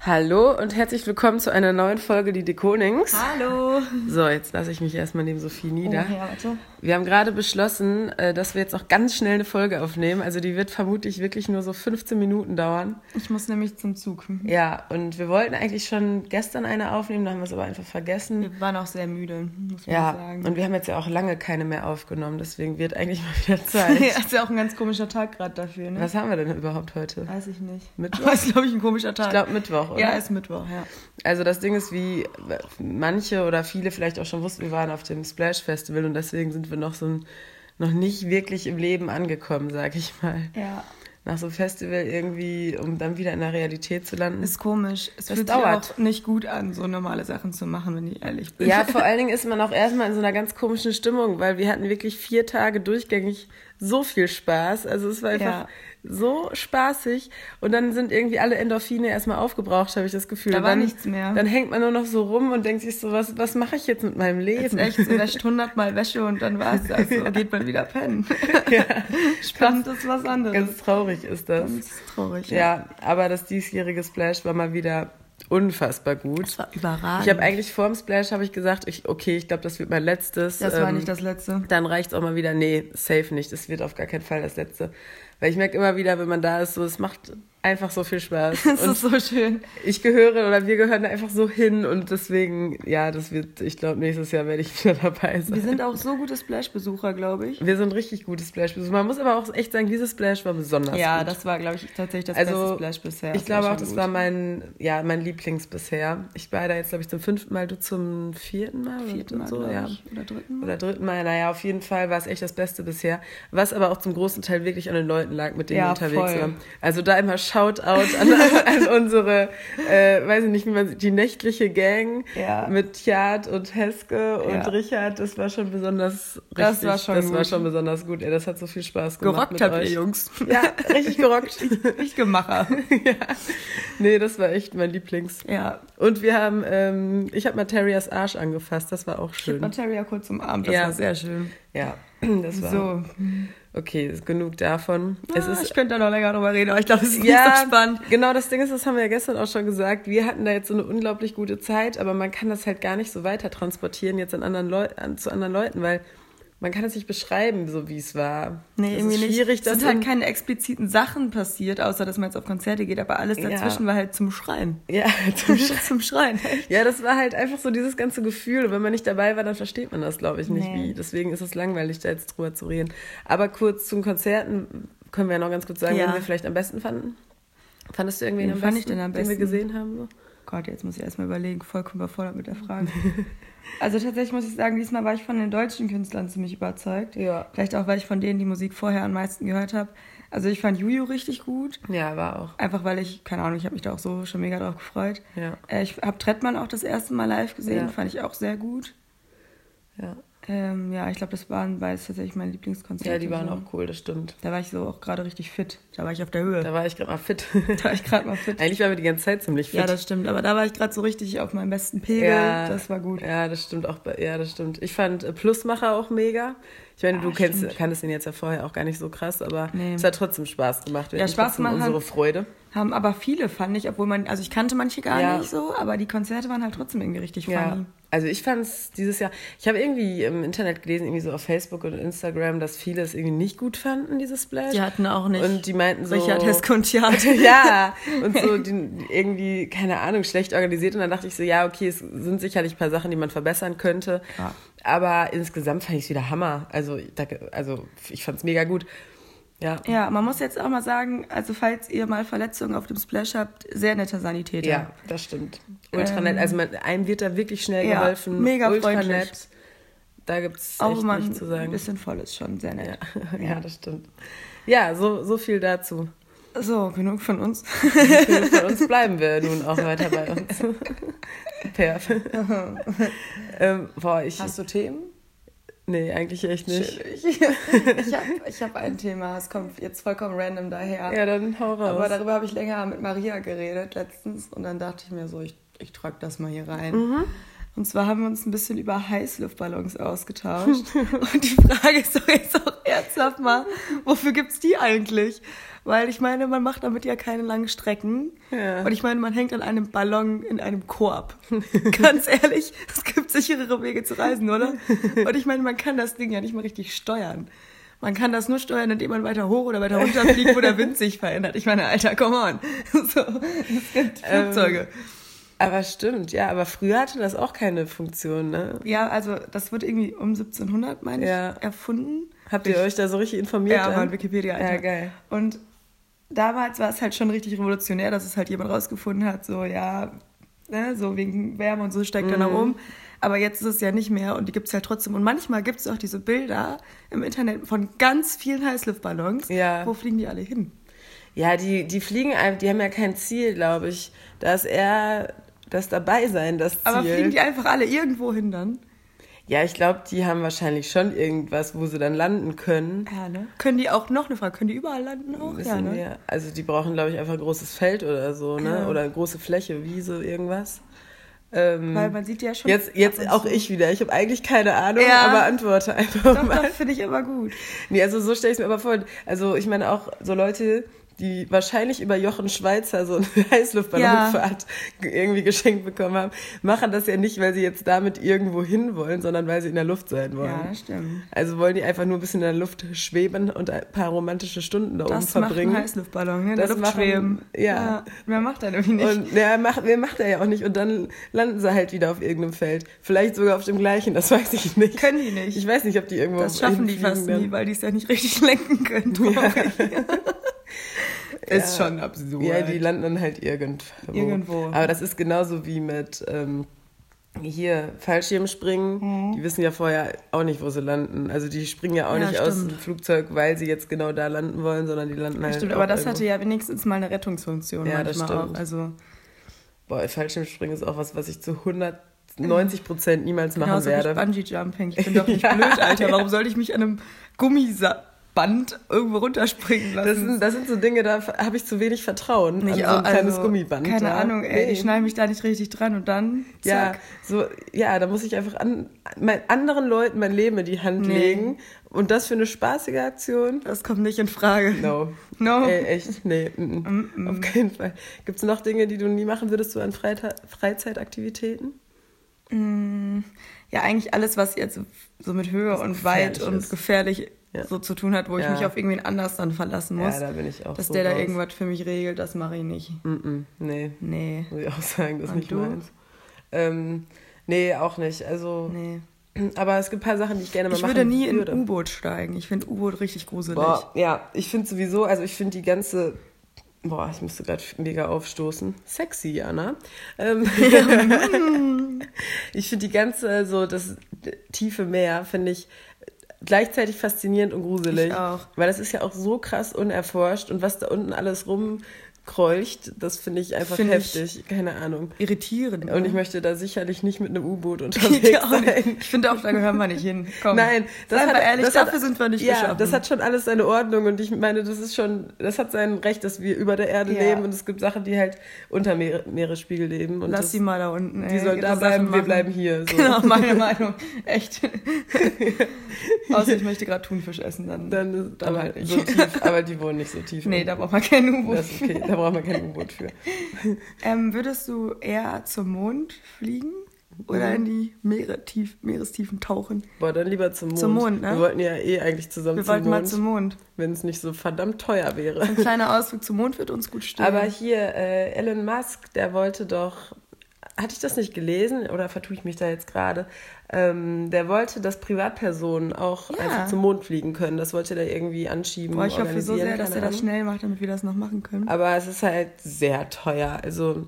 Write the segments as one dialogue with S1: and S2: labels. S1: Hallo und herzlich willkommen zu einer neuen Folge Die Dekonings.
S2: Hallo.
S1: So, jetzt lasse ich mich erstmal neben Sophie nieder.
S2: Oh, ja, warte.
S1: Wir haben gerade beschlossen, äh, dass wir jetzt auch ganz schnell eine Folge aufnehmen. Also die wird vermutlich wirklich nur so 15 Minuten dauern.
S2: Ich muss nämlich zum Zug.
S1: Ja, und wir wollten eigentlich schon gestern eine aufnehmen, da haben wir es aber einfach vergessen.
S2: Wir waren auch sehr müde, muss man
S1: Ja,
S2: sagen.
S1: und wir haben jetzt ja auch lange keine mehr aufgenommen, deswegen wird eigentlich mal wieder
S2: ja,
S1: Zeit.
S2: ist ja auch ein ganz komischer Tag gerade dafür, ne?
S1: Was haben wir denn überhaupt heute?
S2: Weiß ich nicht.
S1: Mittwoch?
S2: Aber ist, glaube ich, ein komischer Tag.
S1: Ich glaube Mittwoch, oder?
S2: ja, ist Mittwoch, ja.
S1: Also das Ding ist, wie manche oder viele vielleicht auch schon wussten, wir waren auf dem Splash Festival und deswegen sind wir noch so ein, noch nicht wirklich im Leben angekommen, sag ich mal.
S2: Ja.
S1: Nach so einem Festival irgendwie, um dann wieder in der Realität zu landen.
S2: Ist komisch. Es
S1: Das
S2: fühlt
S1: dauert.
S2: sich auch nicht gut an, so normale Sachen zu machen, wenn ich ehrlich bin.
S1: ja, vor allen Dingen ist man auch erstmal in so einer ganz komischen Stimmung, weil wir hatten wirklich vier Tage durchgängig so viel Spaß. Also es war einfach
S2: Ja.
S1: so spaßig. Und dann sind irgendwie alle Endorphine erstmal aufgebraucht, habe ich das Gefühl.
S2: Da
S1: Und
S2: war
S1: dann,
S2: nichts mehr.
S1: Dann hängt man nur noch so rum und denkt sich so, was, was mache ich jetzt mit meinem
S2: Ist
S1: Leben?
S2: echt so, wäscht hundertmal Wäsche und dann war's das. So, geht man wieder pennen. Spannend ist was anderes.
S1: Ganz traurig ist das.
S2: Das ist traurig.
S1: Ja, aber das diesjährige Splash war mal wieder unfassbar gut.
S2: Das war überragend.
S1: Ich habe eigentlich vor dem Splash habe ich gesagt, ich, okay, ich glaube, das wird mein letztes.
S2: das war
S1: ähm,
S2: nicht das Letzte.
S1: Dann reicht's auch mal wieder. Nee, safe nicht. Es wird auf gar keinen Fall das letzte. Weil ich merke immer wieder, wenn man da ist, so es macht einfach so viel Spaß.
S2: Es
S1: Und
S2: ist so schön.
S1: ich gehöre oder wir gehören da einfach so hin und deswegen, ja, das wird, ich glaube, nächstes Jahr werde ich wieder dabei sein.
S2: Wir sind auch so gute Splash-Besucher, glaube ich.
S1: wir sind richtig gute Splash. Man muss aber auch echt sagen, dieses Splash war besonders
S2: ja,
S1: gut.
S2: das war, glaube ich, tatsächlich das beste
S1: Also,
S2: Splash bisher.
S1: Ich glaube
S2: war
S1: auch,
S2: schon
S1: das
S2: gut.
S1: war mein, ja, mein Lieblings bisher. Ich war da jetzt, glaube ich, zum fünften Mal, du zum vierten Mal oder
S2: Vierten Mal,
S1: so,
S2: glaub
S1: ja.
S2: ich, oder dritten Mal.
S1: Oder dritten Mal, naja, auf jeden Fall war es echt das Beste bisher. Was aber auch zum großen Teil wirklich an den Leuten lag, mit denen
S2: Ja,
S1: wir unterwegs
S2: voll.
S1: waren. Also da immer Shoutout an, an unsere, äh, weiß ich nicht, wie man die nächtliche Gang
S2: Ja.
S1: mit Tjad und Heske und
S2: Ja.
S1: Richard. Das war schon besonders richtig.
S2: Das war schon
S1: das war
S2: gut.
S1: schon besonders gut. Ey, das hat so viel Spaß gemacht.
S2: Gerockt
S1: mit
S2: habt ihr,
S1: euch.
S2: Jungs.
S1: Ja, richtig gerockt.
S2: Ich gemacher.
S1: nee, das war echt mein Lieblings.
S2: ja.
S1: Und wir haben, ähm, ich habe mal Terriers Arsch angefasst, das war auch
S2: Ich
S1: schön.
S2: war Terry ja kurz umarmt, das
S1: Ja.
S2: war sehr schön.
S1: Ja, das war.
S2: So,
S1: Okay, ist genug davon.
S2: es
S1: Es
S2: ah, ist,
S1: ist
S2: ich könnte da noch länger drüber reden, aber ich glaube, es ist nicht so spannend.
S1: Genau, das Ding ist, das haben wir ja gestern auch schon gesagt. Wir hatten da jetzt so eine unglaublich gute Zeit, aber man kann das halt gar nicht so weiter transportieren jetzt an anderen Leu an, zu anderen Leuten, weil man kann es nicht beschreiben, so wie es war.
S2: Nee,
S1: es
S2: irgendwie
S1: ist
S2: nicht.
S1: schwierig,
S2: es
S1: das
S2: sind halt
S1: in-
S2: keine expliziten Sachen passiert, außer dass man jetzt auf Konzerte geht, aber alles
S1: Ja.
S2: dazwischen war halt zum Schreien.
S1: ja, zum Sch-
S2: zum Schreien.
S1: ja, das war halt einfach so dieses ganze Gefühl. Und wenn man nicht dabei war, dann versteht man das, glaube ich, nicht
S2: Nee.
S1: wie. Deswegen ist es langweilig, da jetzt drüber zu reden. Aber kurz zum Konzerten können wir ja noch ganz kurz sagen,
S2: Ja.
S1: wen wir vielleicht am besten fanden. Fandest du irgendwen
S2: Wen
S1: am
S2: fand ich
S1: besten,
S2: denn am
S1: den wir
S2: besten?
S1: gesehen haben? So?
S2: Gott, jetzt muss ich erstmal überlegen, vollkommen überfordert mit der Frage. Also tatsächlich muss ich sagen, diesmal war ich von den deutschen Künstlern ziemlich überzeugt.
S1: Ja.
S2: Vielleicht auch, weil ich von denen die Musik vorher am meisten gehört habe. Also ich fand Juju richtig gut.
S1: Ja, war auch.
S2: Einfach weil ich, keine Ahnung, ich habe mich da auch so schon mega drauf gefreut.
S1: Ja.
S2: Äh, ich habe Trettmann auch das erste Mal live gesehen,
S1: Ja.
S2: fand ich auch sehr gut.
S1: Ja,
S2: Ähm, ja, ich glaube, das waren beides tatsächlich meine Lieblingskonzerte.
S1: ja die waren
S2: so.
S1: auch cool, das stimmt.
S2: Da war ich so auch gerade richtig fit. Da war ich auf der Höhe.
S1: Da war ich gerade mal fit.
S2: da war ich gerade mal fit.
S1: Eigentlich waren wir die ganze Zeit ziemlich fit.
S2: Ja, das stimmt. Aber da war ich gerade so richtig auf meinem besten Pegel.
S1: Ja,
S2: Das war gut.
S1: Ja, das stimmt auch. bei- Ja, das stimmt. Ich fand äh, Plusmacher auch mega. Ich meine,
S2: Ah,
S1: du kennst,
S2: stimmt.
S1: kanntest ihn jetzt ja vorher auch gar nicht so krass, aber
S2: Nee.
S1: es hat trotzdem Spaß gemacht. Wir
S2: Ja,
S1: hatten
S2: Spaß
S1: trotzdem
S2: gemacht hat-
S1: unsere Freude.
S2: Haben aber viele, fand ich, obwohl man, also ich kannte manche gar
S1: Ja.
S2: nicht so, aber die Konzerte waren halt trotzdem irgendwie richtig
S1: Ja.
S2: funny.
S1: Also ich fand es dieses Jahr, ich habe irgendwie im Internet gelesen, irgendwie so auf Facebook und Instagram, dass viele es irgendwie nicht gut fanden, dieses Splash.
S2: Die hatten auch nicht
S1: Und die meinten so...
S2: Richard Heske und Theater.
S1: ja, und so die, irgendwie, keine Ahnung, schlecht organisiert. Und dann dachte ich so, ja, okay, es sind sicherlich ein paar Sachen, die man verbessern könnte.
S2: Ja.
S1: Aber insgesamt fand ich es wieder Hammer. Also, da, also ich fand es mega gut. Ja.
S2: Ja, man muss jetzt auch mal sagen, also falls ihr mal Verletzungen auf dem Splash habt, sehr netter Sanitäter.
S1: Ja, das stimmt. Ultra nett. Also man, einem wird da wirklich schnell
S2: Ähm, ja,
S1: geholfen.
S2: mega
S1: Ultra
S2: freundlich.
S1: nett. Da gibt es
S2: Auch wenn
S1: echt
S2: man
S1: nichts zu
S2: ein
S1: sagen.
S2: bisschen voll ist, schon sehr
S1: Ja.
S2: nett.
S1: ja, das stimmt. Ja, so, so viel dazu.
S2: So, genug von uns.
S1: Von uns bleiben wir nun auch weiter bei uns. Perf. ähm, boah, ich,
S2: Hast du Themen?
S1: Nee, eigentlich echt nicht.
S2: Natürlich. ich habe ich hab ein Thema, es kommt jetzt vollkommen random daher.
S1: Ja, dann hau raus.
S2: Aber darüber habe ich länger mit Maria geredet letztens und dann dachte ich mir so, ich, ich trage das mal hier rein. Und zwar haben wir uns ein bisschen über Heißluftballons ausgetauscht. und die Frage ist doch jetzt auch ernsthaft mal, wofür gibt's die eigentlich? Weil ich meine, man macht damit ja keine langen Strecken.
S1: Ja.
S2: Und ich meine, man hängt an einem Ballon in einem Korb. Ganz ehrlich, es gibt sicherere Wege zu reisen, oder? Und ich meine, man kann das Ding ja nicht mal richtig steuern. Man kann das nur steuern, indem man weiter hoch oder weiter runter fliegt, wo der Wind sich verändert. Ich meine, Alter, come on. So, es gibt Flugzeuge.
S1: Aber stimmt, ja, aber früher hatte das auch keine Funktion, ne?
S2: Ja, also das wird irgendwie um 1700, meine
S1: Ja.
S2: ich, erfunden.
S1: Habt ihr euch da so richtig informiert?
S2: Ja,
S1: dann?
S2: war ein Wikipedia-Eintrag.
S1: Ja, geil.
S2: Und damals war es halt schon richtig revolutionär, dass es halt jemand rausgefunden hat, so ja, ne, so wegen Wärme und so steigt
S1: Mhm.
S2: er nach oben. Aber jetzt ist es ja nicht mehr und die gibt es ja trotzdem. Und manchmal gibt es auch diese Bilder im Internet von ganz vielen Heißluftballons.
S1: Ja.
S2: Wo fliegen die alle hin?
S1: Ja, die, die fliegen einfach, die haben ja kein Ziel, glaube ich. Da ist eher das Dabeisein, das Ziel.
S2: Aber fliegen die einfach alle irgendwo hin dann?
S1: ja, ich glaube, die haben wahrscheinlich schon irgendwas, wo sie dann landen können.
S2: Ja, ne? Können die auch noch eine Frage? Können die überall landen auch? Ja,
S1: Wissen
S2: ne?
S1: wir. Also die brauchen, glaube ich, einfach ein großes Feld oder so, ne?
S2: Ja.
S1: Oder große Fläche, Wiese, irgendwas. Ähm,
S2: Weil man sieht die ja schon.
S1: jetzt jetzt
S2: ab und
S1: auch
S2: zu.
S1: ich wieder. Ich habe eigentlich keine Ahnung,
S2: Ja.
S1: aber antworte einfach
S2: Doch,
S1: mal.
S2: doch, finde ich immer gut.
S1: Nee, also so stelle ich es mir aber vor. Also ich meine auch so Leute, die wahrscheinlich über Jochen Schweizer so eine Heißluftballonfahrt ge- irgendwie geschenkt bekommen haben, machen das ja nicht, weil sie jetzt damit irgendwo hin wollen, sondern weil sie in der Luft sein wollen.
S2: Ja, das stimmt.
S1: Also wollen die einfach nur ein bisschen in der Luft schweben und ein paar romantische Stunden da oben
S2: Das macht ein
S1: verbringen.
S2: Heißluftballon, ne? In der
S1: Das
S2: Luft
S1: machen-
S2: schweben.
S1: ja.
S2: Mehr macht er nämlich nicht.
S1: Und ja, macht, wer macht er ja auch nicht. Und dann landen sie halt wieder auf irgendeinem Feld. Vielleicht sogar auf dem gleichen, das weiß ich nicht.
S2: können die nicht.
S1: Ich weiß nicht, ob die irgendwo
S2: das schaffen die
S1: hinfliegen
S2: fast
S1: dann.
S2: nie, weil die es ja nicht richtig lenken können. Ist schon absurd.
S1: Ja, die landen dann halt irgendwo.
S2: Irgendwo.
S1: Aber das ist genauso wie mit ähm, hier Fallschirmspringen. Die wissen ja vorher auch nicht, wo sie landen. Also die springen ja auch
S2: Mhm. Ja,
S1: nicht aus
S2: stimmt.
S1: dem Flugzeug, weil sie jetzt genau da landen wollen, sondern die landen halt.
S2: Stimmt,
S1: auch
S2: aber das
S1: irgendwo.
S2: hatte ja wenigstens mal eine Rettungsfunktion
S1: Ja, das
S2: manchmal auch.
S1: stimmt.
S2: Also
S1: Boah, Fallschirmspringen ist auch was, was ich zu 190 Prozent niemals machen
S2: genauso wie
S1: werde.
S2: Bungee Jumping. Ich bin doch nicht blöd, Alter. Warum sollte ich mich an einem Gummisband irgendwo runterspringen lassen?
S1: Das sind, das sind so Dinge, da habe ich zu wenig Vertrauen.
S2: Ich
S1: an so ein
S2: auch,
S1: kleines
S2: also,
S1: Gummiband.
S2: Keine
S1: da.
S2: Ahnung, ey,
S1: Nee.
S2: ich schneide mich da nicht richtig dran und dann
S1: Ja,
S2: zack.
S1: so, ja, da muss ich einfach an, mein, anderen Leuten mein Leben in die Hand
S2: Nee.
S1: legen. Und das für eine spaßige Aktion?
S2: Das kommt nicht in Frage.
S1: No.
S2: No.
S1: Ey, echt? Nee, mm, mm. auf keinen Fall. Gibt es noch Dinge, die du nie machen würdest, so an Freita Freizeitaktivitäten?
S2: Mm, Ja, eigentlich alles, was jetzt so mit Höhe und weit
S1: gefährlich
S2: und
S1: ist.
S2: gefährlich
S1: Ja.
S2: so zu tun hat, wo ich
S1: Ja.
S2: mich auf irgendwen anders dann verlassen muss.
S1: ja, da bin ich auch
S2: dass
S1: so
S2: der da
S1: raus.
S2: irgendwas für mich regelt, das mache ich nicht.
S1: Mm, mm, nee,
S2: Nee.
S1: muss ich auch sagen, das ist
S2: Und
S1: nicht
S2: du?
S1: meins. Ähm, nee, auch nicht. Also,
S2: Nee.
S1: aber es gibt ein paar Sachen, die ich gerne mal
S2: Ich
S1: machen
S2: würde nie in
S1: würde.
S2: U-Boot steigen. Ich finde U-Boot richtig gruselig.
S1: Boah, ja, ich finde sowieso, also ich finde die ganze, boah, ich müsste gerade mega aufstoßen. Sexy, Anna. Ähm, ich finde die ganze, so das tiefe Meer, finde ich gleichzeitig faszinierend und gruselig.
S2: Ich auch.
S1: Weil das ist ja auch so krass unerforscht und was da unten alles rumkreucht, das finde ich einfach
S2: Find ich-
S1: heftig. Keine Ahnung.
S2: Irritierend.
S1: Und ich
S2: ne?
S1: möchte da sicherlich nicht mit einem U-Boot
S2: Ja,
S1: unterwegs
S2: auch nicht.
S1: sein.
S2: ich finde auch, da gehören wir nicht hin. Komm.
S1: Nein,
S2: das Seien wir ehrlich,
S1: das
S2: dafür sind wir nicht
S1: ja,
S2: geschaffen.
S1: Das hat schon alles seine Ordnung und ich meine, das ist schon, das hat sein Recht, dass wir über der Erde
S2: Ja.
S1: leben und es gibt Sachen, die halt unter Meere- Meeresspiegel leben und
S2: Lass
S1: das,
S2: sie mal da unten.
S1: die sollen da bleiben, wir bleiben hier. So.
S2: Genau, meine Meinung. Echt. Außer ich möchte gerade Thunfisch essen, dann.
S1: Dann,
S2: Dann
S1: aber
S2: halt nicht.
S1: so tief, aber die wohnen nicht so tief.
S2: nee, da
S1: unten.
S2: braucht man kein U-Boot.
S1: das ist okay, da braucht man kein U-Boot für.
S2: Ähm, würdest du eher zum Mond fliegen oder in die Meere, tief, Meerestiefen tauchen?
S1: Boah, dann lieber Mhm. zum Mond.
S2: Zum Mond, ne?
S1: Wir wollten ja eh eigentlich zusammen
S2: Wir
S1: zum
S2: wollten mal
S1: Mond,
S2: zum Mond.
S1: wenn es nicht so verdammt teuer wäre.
S2: Ein kleiner Ausflug zum Mond wird uns gut stehen.
S1: Aber hier, äh, Elon Musk, der wollte doch, hatte ich das nicht gelesen oder vertue ich mich da jetzt gerade? Ähm, der wollte, dass Privatpersonen auch
S2: Ja.
S1: einfach zum Mond fliegen können. Das wollte der irgendwie anschieben.
S2: Boah, ich hoffe so
S1: organisieren,
S2: sehr, dass er
S1: keine
S2: das
S1: Ahnung.
S2: schnell macht, damit wir das noch machen können.
S1: Aber es ist halt sehr teuer. Also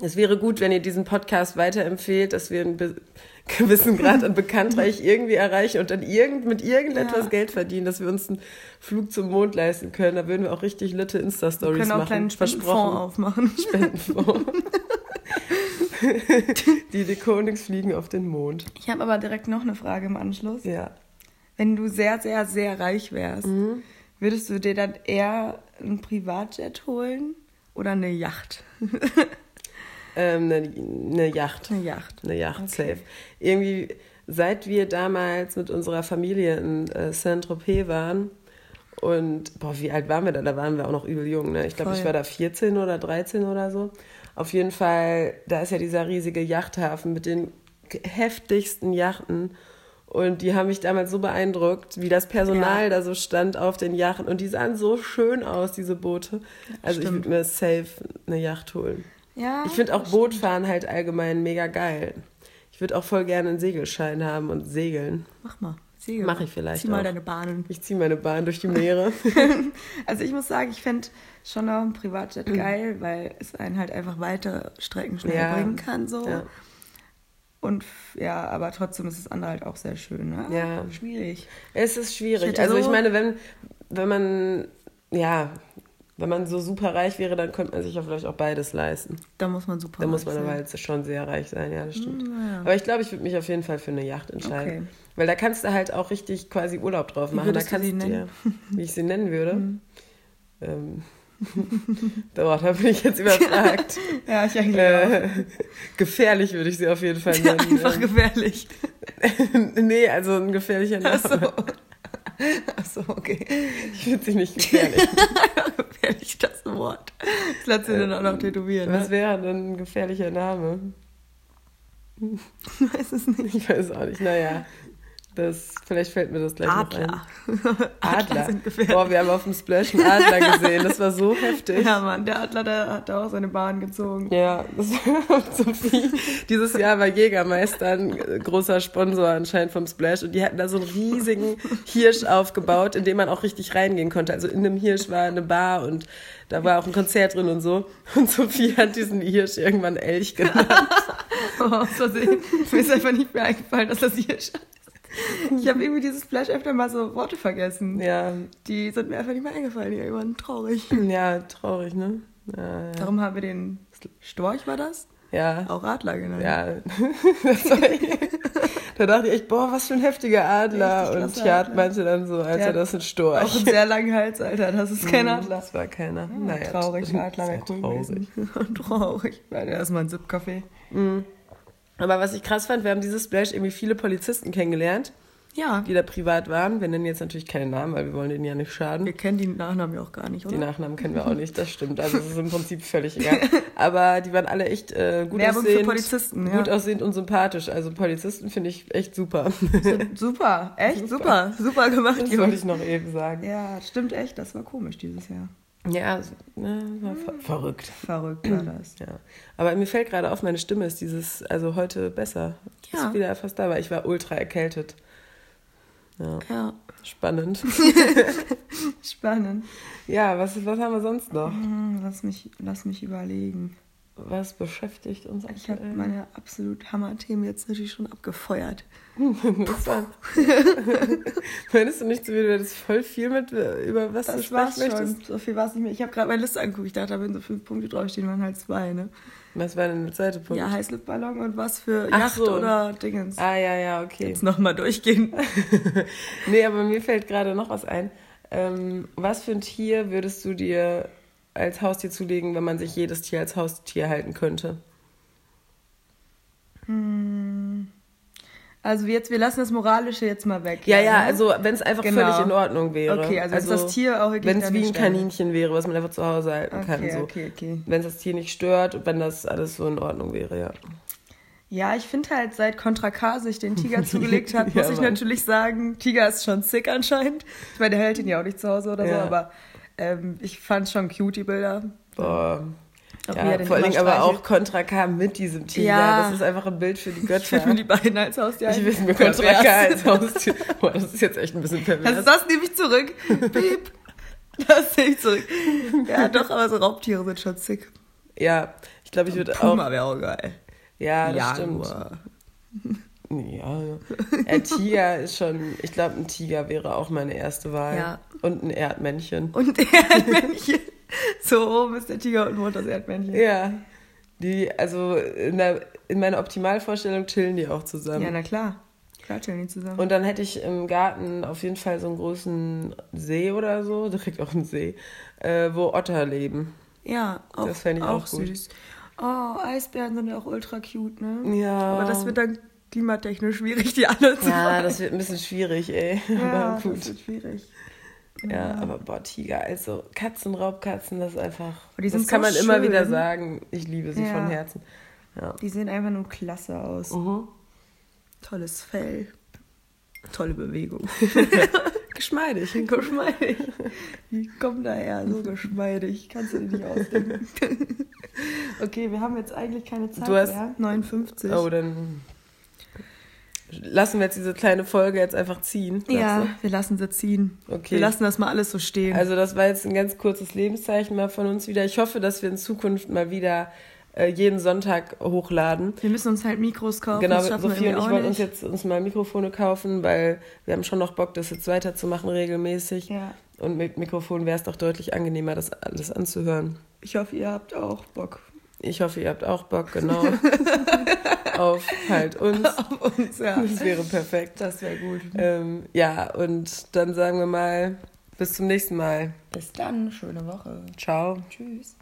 S1: es wäre gut, wenn ihr diesen Podcast weiterempfehlt, dass wir einen be gewissen Grad an Bekanntreich irgendwie erreichen und dann irgend mit irgendetwas
S2: Ja.
S1: Geld verdienen, dass wir uns einen Flug zum Mond leisten können. Da würden wir auch richtig Lütte
S2: Wir
S1: Insta-Stories
S2: können auch einen
S1: machen.
S2: kleinen
S1: Versprochen.
S2: Spendenfonds aufmachen.
S1: Spendenfonds. die Dekonings fliegen auf den Mond.
S2: Ich habe aber direkt noch eine Frage im Anschluss.
S1: Ja.
S2: Wenn du sehr, sehr, sehr reich wärst,
S1: Mhm.
S2: würdest du dir dann eher einen Privatjet holen oder eine Yacht?
S1: Ähm, eine, eine Yacht.
S2: Eine Yacht.
S1: Eine Yacht, safe. Irgendwie, seit wir damals mit unserer Familie in äh, Saint-Tropez waren, und boah, wie alt waren wir da? Da waren wir auch noch übel jung, ne? Ich glaube,
S2: Voll.
S1: ich war da 14 oder 13 oder so. Auf jeden Fall, da ist ja dieser riesige Yachthafen mit den k- heftigsten Yachten. Und die haben mich damals so beeindruckt, wie das Personal
S2: Ja.
S1: da so stand auf den Yachten. Und die sahen so schön aus, diese Boote. Also ich
S2: stimmt.
S1: würde mir safe eine Yacht holen.
S2: Ja.
S1: Ich finde auch Bootfahren halt allgemein mega geil. Ich würde auch voll gerne einen Segelschein haben und segeln.
S2: Mach mal. Segel.
S1: Mach ich vielleicht
S2: Zieh mal
S1: auch.
S2: deine Bahnen.
S1: Ich ziehe meine Bahn durch die Meere.
S2: Also ich muss sagen, ich fände schon noch ein Privatjet geil, weil es einen halt einfach weite Strecken schnell
S1: Mhm. Ja.
S2: bringen kann so.
S1: Ja.
S2: Und f- ja, aber trotzdem ist das andere halt auch sehr schön. Ne?
S1: Ja.
S2: Schwierig.
S1: Es ist
S2: Ich
S1: schwierig.
S2: hätte
S1: Also ich
S2: so-
S1: meine, wenn, wenn man, ja, wenn man so super reich wäre, dann könnte man sich ja vielleicht auch beides leisten.
S2: Da muss man super.
S1: Da muss man
S2: reich
S1: aber
S2: sein.
S1: halt schon sehr reich sein, ja, das stimmt.
S2: na ja.
S1: Aber ich glaube, ich würde mich auf jeden Fall für eine Yacht entscheiden.
S2: Hm, Okay.
S1: Weil da kannst du halt auch richtig quasi Urlaub drauf
S2: Wie
S1: machen. da
S2: würdest du
S1: kannst
S2: sie
S1: dir,
S2: nennen? Hm.
S1: wie ich sie nennen würde. Ähm, Boah, da bin ich jetzt überfragt.
S2: Ja, ich eigentlich auch.
S1: halt äh, gefährlich würde ich sie auf jeden Fall nennen.
S2: Einfach gefährlich.
S1: nee, also ein gefährlicher Name.
S2: Achso. Achso, okay.
S1: Ich finde sie nicht gefährlich.
S2: gefährlich das Wort. Das lässt sich dann auch noch tätowieren.
S1: Äh, Was
S2: Ne?
S1: wäre denn ein gefährlicher Name?
S2: Ich weiß es nicht.
S1: Ich weiß auch nicht. Naja, das, vielleicht fällt mir das gleich noch ein.
S2: Adler.
S1: Adler.
S2: sind gefährlich.
S1: Boah, wir haben auf dem Splash einen Adler gesehen. Das war so heftig.
S2: Ja, Mann, der Adler, der hat da auch seine Bahn gezogen.
S1: Ja, das war Sophie. Dieses Jahr war Jägermeister ein äh, großer Sponsor anscheinend vom Splash und die hatten da so einen riesigen Hirsch aufgebaut, in den man auch richtig reingehen konnte. Also in dem Hirsch war eine Bar und da war auch ein Konzert drin und so. Und Sophie hat diesen Hirsch irgendwann Elch genannt.
S2: Oh, aus Versehen. Mir ist einfach nicht mehr eingefallen, dass das hier ist. Ich habe irgendwie dieses Flash öfter mal so Worte vergessen.
S1: Ja,
S2: Die sind mir einfach nicht mehr eingefallen. Die waren traurig.
S1: ja traurig, ne? Ja, ja.
S2: Darum haben wir den Storch, war das?
S1: ja.
S2: Auch Adler genannt.
S1: Ja, das war echt- da dachte ich echt, boah, was für ein heftiger Adler.
S2: Richtig
S1: und
S2: klasse
S1: Tjad
S2: Adler.
S1: meinte dann so, Alter,
S2: Ja.
S1: das ist ein
S2: Auch
S1: Storch.
S2: einen sehr langen Hals, Alter. Das ist
S1: Mhm.
S2: kein Adler.
S1: Hm, Das war keiner. Ah, naja,
S2: traurig, ein Adler
S1: sehr
S2: wäre cool
S1: traurig.
S2: gewesen. traurig. Weil der erstmal ein Sippkaffee.
S1: Aber was ich krass fand, wir haben dieses Splash irgendwie viele Polizisten kennengelernt,
S2: Ja.
S1: die da privat waren. Wir nennen jetzt natürlich keinen Namen, weil wir wollen denen ja nicht schaden.
S2: Wir kennen die Nachnamen ja auch gar nicht,
S1: Die
S2: oder?
S1: Nachnamen kennen wir auch nicht, das stimmt. Also es ist im Prinzip völlig egal. Aber die waren alle echt äh, gut
S2: Werbung für
S1: aussehend.
S2: Polizisten, ja.
S1: Gut aussehend und sympathisch. Also Polizisten finde ich echt super.
S2: Super, echt super, super gemacht,
S1: Das wollte
S2: Jungs.
S1: ich noch eben sagen.
S2: Ja, stimmt echt, das war komisch dieses Jahr.
S1: Ja, es- ne, war ver verrückt.
S2: Verrückt
S1: Mhm.
S2: war das.
S1: Ja. Aber mir fällt gerade auf, meine Stimme ist dieses, also heute besser.
S2: Ja.
S1: Ist wieder fast da, weil ich war ultra erkältet. Ja,
S2: Ja,
S1: spannend.
S2: spannend.
S1: ja, was, was haben wir sonst noch?
S2: Hm, Lass mich, lass mich überlegen.
S1: Was beschäftigt uns
S2: Ich habe
S1: aktuell?
S2: meine absolut Hammer-Themen jetzt natürlich schon abgefeuert.
S1: Interessant. Meinst du nicht so, wie du hättest voll viel mit, äh, über was du
S2: Das war's
S1: sprechen möchtest?
S2: schon. So viel war's nicht mehr. Ich habe gerade meine Liste angeguckt. Ich dachte, da würden so fünf Punkte draufstehen, waren halt zwei, ne?
S1: Was war denn der zweite Punkt?
S2: Ja, Heißluftballon und was für
S1: Ach
S2: Yacht
S1: so.
S2: oder Dingens.
S1: Ah, ja, ja, okay.
S2: Jetzt nochmal durchgehen.
S1: Nee, aber mir fällt gerade noch was ein. Ähm, was für ein Tier würdest du dir als Haustier zulegen, wenn man sich jedes Tier als Haustier halten könnte?
S2: Also jetzt, wir lassen das Moralische jetzt mal weg.
S1: Ja, ja,
S2: ne?
S1: also wenn es einfach
S2: Genau.
S1: völlig in Ordnung wäre.
S2: Okay, also, wenn das Tier auch wirklich
S1: Wenn es
S2: dann
S1: wie ein
S2: nicht sterben.
S1: Kaninchen wäre, was man einfach zu Hause halten
S2: Okay,
S1: kann. So.
S2: okay, okay.
S1: Wenn das Tier nicht stört und wenn das alles so in Ordnung wäre, ja.
S2: Ja, ich finde halt, seit Contra K sich den Tiger zugelegt hat, muss
S1: Ja,
S2: ich
S1: Mann.
S2: natürlich sagen, Tiger ist schon sick anscheinend. Ich meine, der hält ihn ja auch nicht zu Hause oder so,
S1: Ja.
S2: aber ähm, ich fand schon cute die Bilder.
S1: Boah.
S2: Ob
S1: Ja,
S2: er den
S1: vor allen
S2: immer
S1: Dingen aber
S2: streichelt.
S1: auch Contra K mit diesem Tiger.
S2: Ja.
S1: Das ist einfach ein Bild für die
S2: Ich
S1: Götter.
S2: würde mir die beiden als Haustier
S1: Ich will mir
S2: Pervers.
S1: Contra K als Haustier. Boah, das ist jetzt echt ein bisschen pervers.
S2: Also das nehme ich zurück. Piep. Das nehme ich zurück. Ja, doch, aber so Raubtiere sind schon sick.
S1: ja, ich glaube, ich würde auch.
S2: Puma wäre auch geil.
S1: Ja, das stimmt.
S2: Jaguar.
S1: Ja, ja. Äh, Tiger ist schon, ich glaube, ein Tiger wäre auch meine erste Wahl.
S2: Ja.
S1: Und ein Erdmännchen.
S2: Und Erdmännchen. So oben ist der Tiger und runter das Erdmännchen.
S1: Ja. Die, also in, der, in meiner Optimalvorstellung chillen die auch zusammen.
S2: Ja, na klar. Klar, chillen die zusammen.
S1: Und dann hätte ich im Garten auf jeden Fall so einen großen See oder so, direkt auch einen See, äh, wo Otter leben.
S2: Ja, auch,
S1: Das fänd ich
S2: auch,
S1: auch gut.
S2: süß. Oh, Eisbären sind ja auch ultra cute, ne?
S1: Ja.
S2: Aber das wird dann klimatechnisch schwierig, die alle zu
S1: Ja, das wird ein bisschen schwierig, ey.
S2: ja,
S1: aber gut.
S2: das wird schwierig.
S1: Ja, aber boah, Tiger, also Katzen, Raubkatzen, das ist einfach.
S2: Und die
S1: das
S2: sind
S1: kann
S2: so
S1: man immer
S2: schön.
S1: wieder sagen. Ich liebe sie
S2: Ja.
S1: von Herzen. Ja.
S2: Die sehen einfach nur klasse aus.
S1: Mhm.
S2: Tolles Fell. Tolle Bewegung.
S1: Geschmeidig.
S2: geschmeidig. Die kommen daher, so geschmeidig. Kannst du dir nicht ausdenken. okay, wir haben jetzt eigentlich keine Zeit
S1: Du hast-
S2: mehr. 59.
S1: Oh, dann lassen wir jetzt diese kleine Folge jetzt einfach ziehen.
S2: ja,
S1: Glaubst
S2: wir lassen sie ziehen.
S1: Okay.
S2: Wir lassen das mal alles so stehen.
S1: du? Also das war jetzt ein ganz kurzes Lebenszeichen mal von uns wieder. Ich hoffe, dass wir in Zukunft mal wieder äh, jeden Sonntag hochladen.
S2: wir müssen uns halt Mikros kaufen.
S1: Genau,
S2: das schaffen wir
S1: Sophie und
S2: irgendwie
S1: ich
S2: auch
S1: wollten uns
S2: nicht.
S1: jetzt uns mal Mikrofone kaufen, weil wir haben schon noch Bock, das jetzt weiterzumachen regelmäßig.
S2: Ja.
S1: Und mit Mikrofon wäre es doch deutlich angenehmer, das alles anzuhören.
S2: Ich hoffe, ihr habt auch Bock.
S1: Ich hoffe, ihr habt auch Bock, genau. auf halt uns.
S2: Auf uns, ja.
S1: Das wäre perfekt.
S2: Das wäre gut.
S1: Ähm, ja, und dann sagen wir mal, bis zum nächsten Mal.
S2: Bis dann, schöne Woche.
S1: Ciao.
S2: Tschüss.